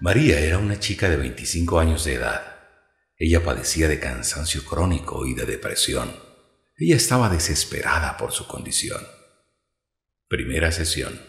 María era una chica de 25 años de edad. Ella padecía de cansancio crónico y de depresión. Ella estaba desesperada por su condición. Primera sesión.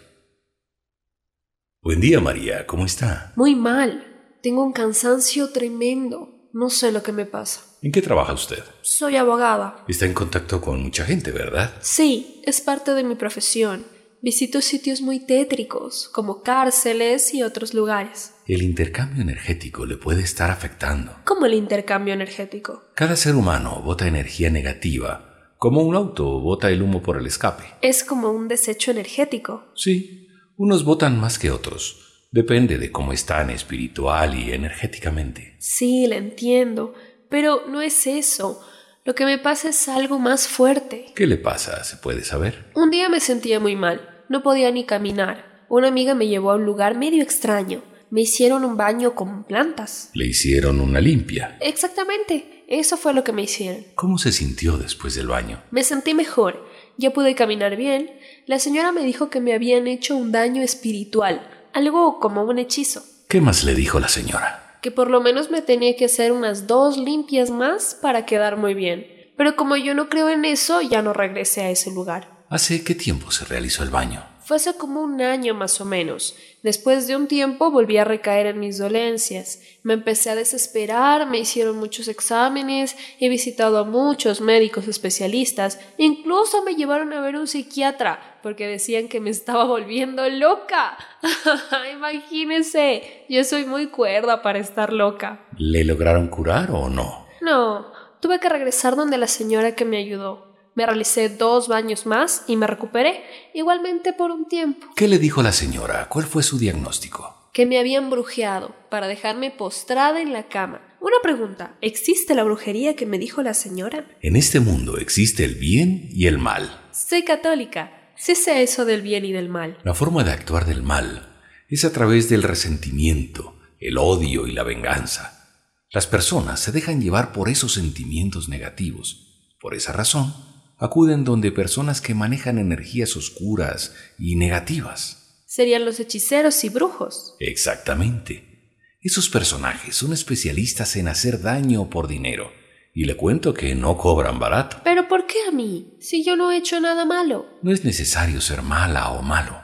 Buen día, María. ¿Cómo está? Muy mal. Tengo un cansancio tremendo. No sé lo que me pasa. ¿En qué trabaja usted? Soy abogada. Está en contacto con mucha gente, ¿verdad? Sí, es parte de mi profesión. Visito sitios muy tétricos, como cárceles y otros lugares. El intercambio energético le puede estar afectando. Como el intercambio energético. Cada ser humano bota energía negativa, como un auto bota el humo por el escape. Es como un desecho energético. Sí, unos votan más que otros. Depende de cómo están espiritual y energéticamente. Sí, la entiendo, pero no es eso. Lo que me pasa es algo más fuerte. ¿Qué le pasa? ¿Se puede saber? Un día me sentía muy mal, no podía ni caminar. Una amiga me llevó a un lugar medio extraño. Me hicieron un baño con plantas. Le hicieron una limpia. Exactamente, eso fue lo que me hicieron. ¿Cómo se sintió después del baño? Me sentí mejor, ya pude caminar bien. La señora me dijo que me habían hecho un daño espiritual, algo como un hechizo, ¿Qué más le dijo la señora? que por lo menos me tenía que hacer unas dos limpias más para quedar muy bien. Pero como yo no creo en eso, ya no regresé a ese lugar. ¿Hace qué tiempo se realizó el baño? Fue hace como un año más o menos. Después de un tiempo volví a recaer en mis dolencias. Me empecé a desesperar, me hicieron muchos exámenes, he visitado a muchos médicos especialistas, incluso me llevaron a ver un psiquiatra porque decían que me estaba volviendo loca. Imagínense, yo soy muy cuerda para estar loca. ¿Le lograron curar o no? No, tuve que regresar donde la señora que me ayudó. Me realicé dos baños más y me recuperé, igualmente por un tiempo, ¿Qué le dijo la señora? ¿Cuál fue su diagnóstico? que me habían brujeado para dejarme postrada en la cama. Una pregunta, ¿existe la brujería que me dijo la señora? En este mundo existe el bien y el mal. Soy católica, sí sé eso del bien y del mal. La forma de actuar del mal es a través del resentimiento, el odio y la venganza. Las personas se dejan llevar por esos sentimientos negativos. Por esa razón, acuden donde personas que manejan energías oscuras y negativas. Serían los hechiceros y brujos. Exactamente. Esos personajes son especialistas en hacer daño por dinero. Y le cuento que no cobran barato. ¿Pero por qué a mí? Si yo no he hecho nada malo. No es necesario ser mala o malo.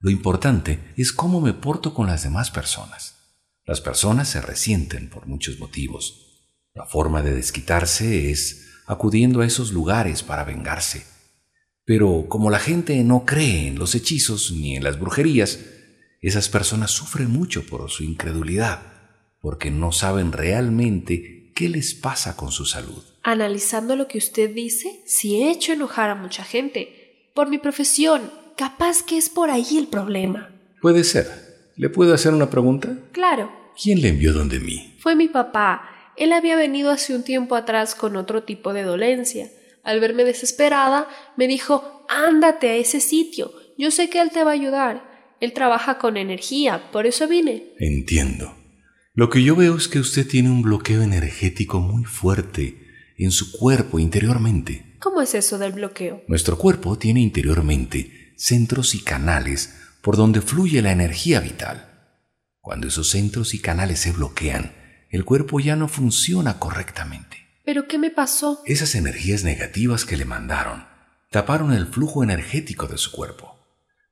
Lo importante es cómo me porto con las demás personas. Las personas se resienten por muchos motivos. La forma de desquitarse es acudiendo a esos lugares para vengarse. Pero como la gente no cree en los hechizos ni en las brujerías, esas personas sufren mucho por su incredulidad, porque no saben realmente qué les pasa con su salud. Analizando lo que usted dice, sí he hecho enojar a mucha gente. Por mi profesión, capaz que es por ahí el problema. Puede ser. ¿Le puedo hacer una pregunta? Claro, ¿Quién le envió donde mí? fue mi papá. Él había venido hace un tiempo atrás con otro tipo de dolencia. Al verme desesperada, me dijo, ándate a ese sitio. Yo sé que él te va a ayudar. Él trabaja con energía, por eso vine. Entiendo. Lo que yo veo es que usted tiene un bloqueo energético muy fuerte en su cuerpo interiormente. ¿Cómo es eso del bloqueo? Nuestro cuerpo tiene interiormente centros y canales por donde fluye la energía vital. Cuando esos centros y canales se bloquean, el cuerpo ya no funciona correctamente. ¿Pero qué me pasó? Esas energías negativas que le mandaron taparon el flujo energético de su cuerpo.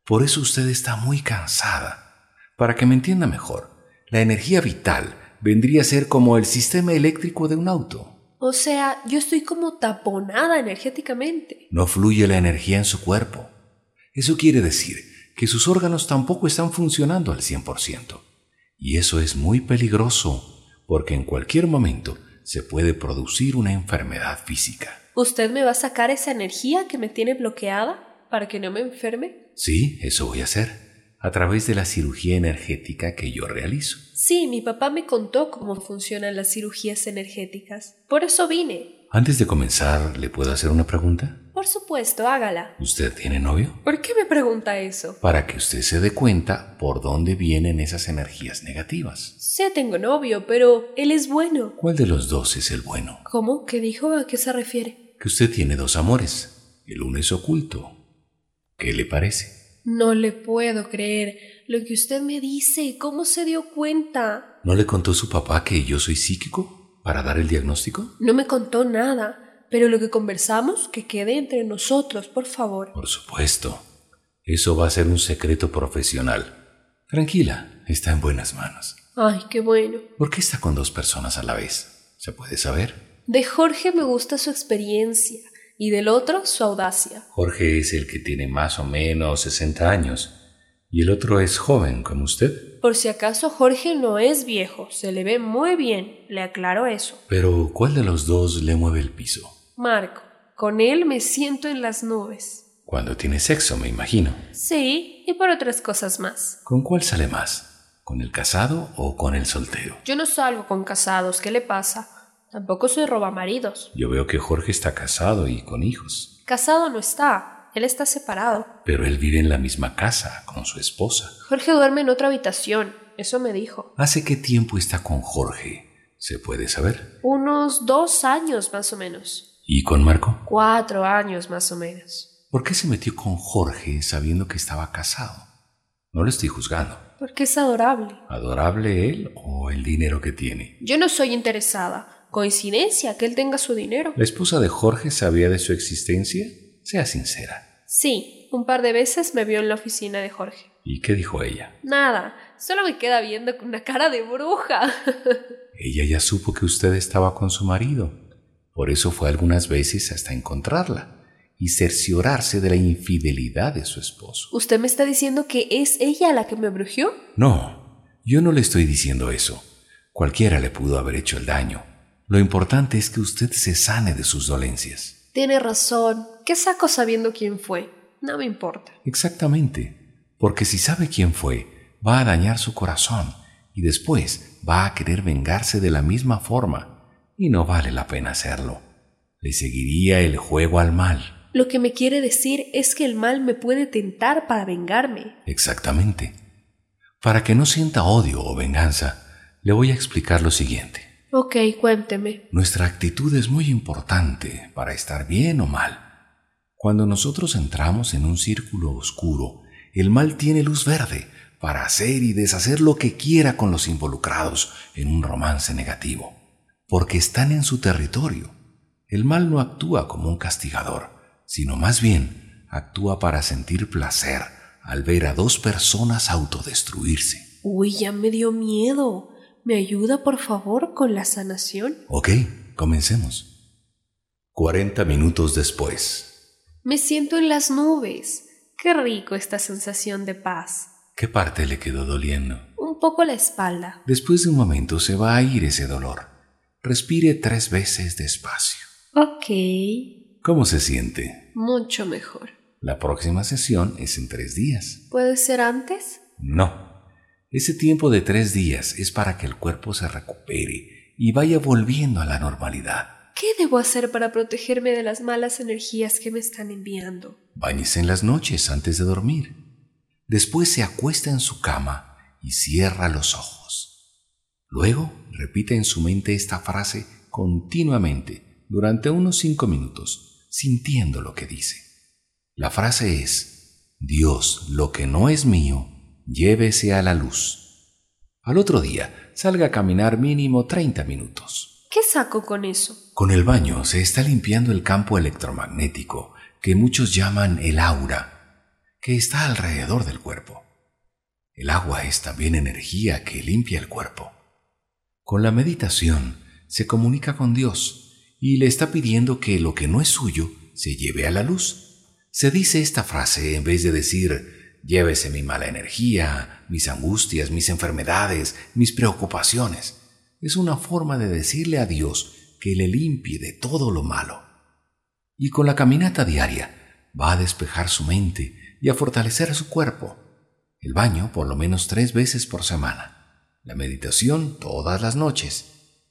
Por eso usted está muy cansada. Para que me entienda mejor, la energía vital vendría a ser como el sistema eléctrico de un auto. O sea, yo estoy como taponada energéticamente. No fluye la energía en su cuerpo. Eso quiere decir que sus órganos tampoco están funcionando al 100%. Y eso es muy peligroso porque en cualquier momento se puede producir una enfermedad física. ¿Usted me va a sacar esa energía que me tiene bloqueada para que no me enferme? Sí, eso voy a hacer a través de la cirugía energética que yo realizo. Sí, mi papá me contó cómo funcionan las cirugías energéticas. Por eso vine. Antes de comenzar, ¿le puedo hacer una pregunta? Por supuesto, hágala. ¿Usted tiene novio? ¿Por qué me pregunta eso? Para que usted se dé cuenta por dónde vienen esas energías negativas. Sé tengo novio, pero él es bueno. ¿Cuál de los dos es el bueno? ¿Cómo? ¿Qué dijo? ¿A qué se refiere? que usted tiene dos amores. El uno es oculto. ¿Qué le parece? No le puedo creer lo que usted me dice. ¿Cómo se dio cuenta? ¿No le contó su papá que yo soy psíquico para dar el diagnóstico? No me contó nada, pero lo que conversamos que quede entre nosotros, por favor. Por supuesto. Eso va a ser un secreto profesional. Tranquila, está en buenas manos. Ay, qué bueno. ¿Por qué está con dos personas a la vez? ¿Se puede saber? De Jorge me gusta su experiencia y del otro su audacia. Jorge es el que tiene más o menos 60 años y el otro es joven como usted. Por si acaso Jorge no es viejo, se le ve muy bien, le aclaro eso. Pero ¿cuál de los dos le mueve el piso? Marco, con él me siento en las nubes. Cuando tiene sexo, me imagino. Sí, y por otras cosas más. ¿Con cuál sale más? ¿Con el casado o con el soltero? Yo no salgo con casados, ¿qué le pasa? Tampoco soy robamaridos. Yo veo que Jorge está casado y con hijos. Casado no está, él está separado. Pero él vive en la misma casa con su esposa. Jorge duerme en otra habitación, eso me dijo. ¿Hace qué tiempo está con Jorge? ¿Se puede saber? Unos dos años más o menos. ¿Y con Marco? Cuatro años más o menos. ¿Por qué se metió con Jorge sabiendo que estaba casado? No lo estoy juzgando. Porque es adorable. ¿Adorable él o el dinero que tiene? Yo no soy interesada. Coincidencia que él tenga su dinero. ¿La esposa de Jorge sabía de su existencia? Sea sincera. Sí, un par de veces me vio en la oficina de Jorge. ¿Y qué dijo ella? Nada, solo me queda viendo con una cara de bruja. Ella ya supo que usted estaba con su marido. Por eso fue algunas veces hasta encontrarla y cerciorarse de la infidelidad de su esposo. ¿Usted me está diciendo que es ella la que me brujió? No, yo no le estoy diciendo eso. Cualquiera le pudo haber hecho el daño. Lo importante es que usted se sane de sus dolencias. Tiene razón. ¿Qué saco sabiendo quién fue? No me importa. Exactamente, porque si sabe quién fue, va a dañar su corazón y después va a querer vengarse de la misma forma, y no vale la pena hacerlo. Le seguiría el juego al mal. Lo que me quiere decir es que el mal me puede tentar para vengarme. Exactamente. Para que no sienta odio o venganza, le voy a explicar lo siguiente. Ok, cuénteme. Nuestra actitud es muy importante para estar bien o mal. Cuando nosotros entramos en un círculo oscuro, el mal tiene luz verde para hacer y deshacer lo que quiera con los involucrados en un romance negativo, porque están en su territorio. El mal no actúa como un castigador, sino más bien actúa para sentir placer al ver a dos personas autodestruirse. Uy, ya me dio miedo. ¿Me ayuda, por favor, con la sanación? Ok, comencemos. 40 minutos después. Me siento en las nubes. Qué rico esta sensación de paz. ¿Qué parte le quedó doliendo? Un poco la espalda. Después de un momento se va a ir ese dolor. Respire tres veces despacio. Ok. ¿Cómo se siente? Mucho mejor. La próxima sesión es en tres días. ¿Puede ser antes? No. Ese tiempo de tres días es para que el cuerpo se recupere y vaya volviendo a la normalidad. ¿Qué debo hacer para protegerme de las malas energías que me están enviando? Báñese en las noches antes de dormir. Después se acuesta en su cama y cierra los ojos. Luego repite en su mente esta frase continuamente durante unos cinco minutos sintiendo lo que dice. La frase es, Dios, lo que no es mío, llévese a la luz. Al otro día, salga a caminar mínimo 30 minutos. ¿Qué saco con eso? Con el baño se está limpiando el campo electromagnético, que muchos llaman el aura, que está alrededor del cuerpo. El agua es también energía que limpia el cuerpo. Con la meditación se comunica con Dios y le está pidiendo que lo que no es suyo se lleve a la luz. Se dice esta frase en vez de decir, llévese mi mala energía, mis angustias, mis enfermedades, mis preocupaciones. Es una forma de decirle a Dios que le limpie de todo lo malo. Y con la caminata diaria va a despejar su mente y a fortalecer su cuerpo. El baño por lo menos tres veces por semana. La meditación todas las noches.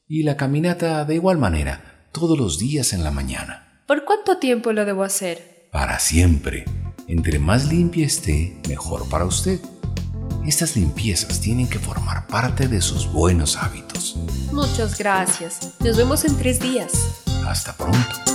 Y la caminata de igual manera todos los días en la mañana. ¿Por cuánto tiempo lo debo hacer? Para siempre. Entre más limpia esté, mejor para usted. Estas limpiezas tienen que formar parte de sus buenos hábitos. Muchas gracias. Nos vemos en tres días. Hasta pronto.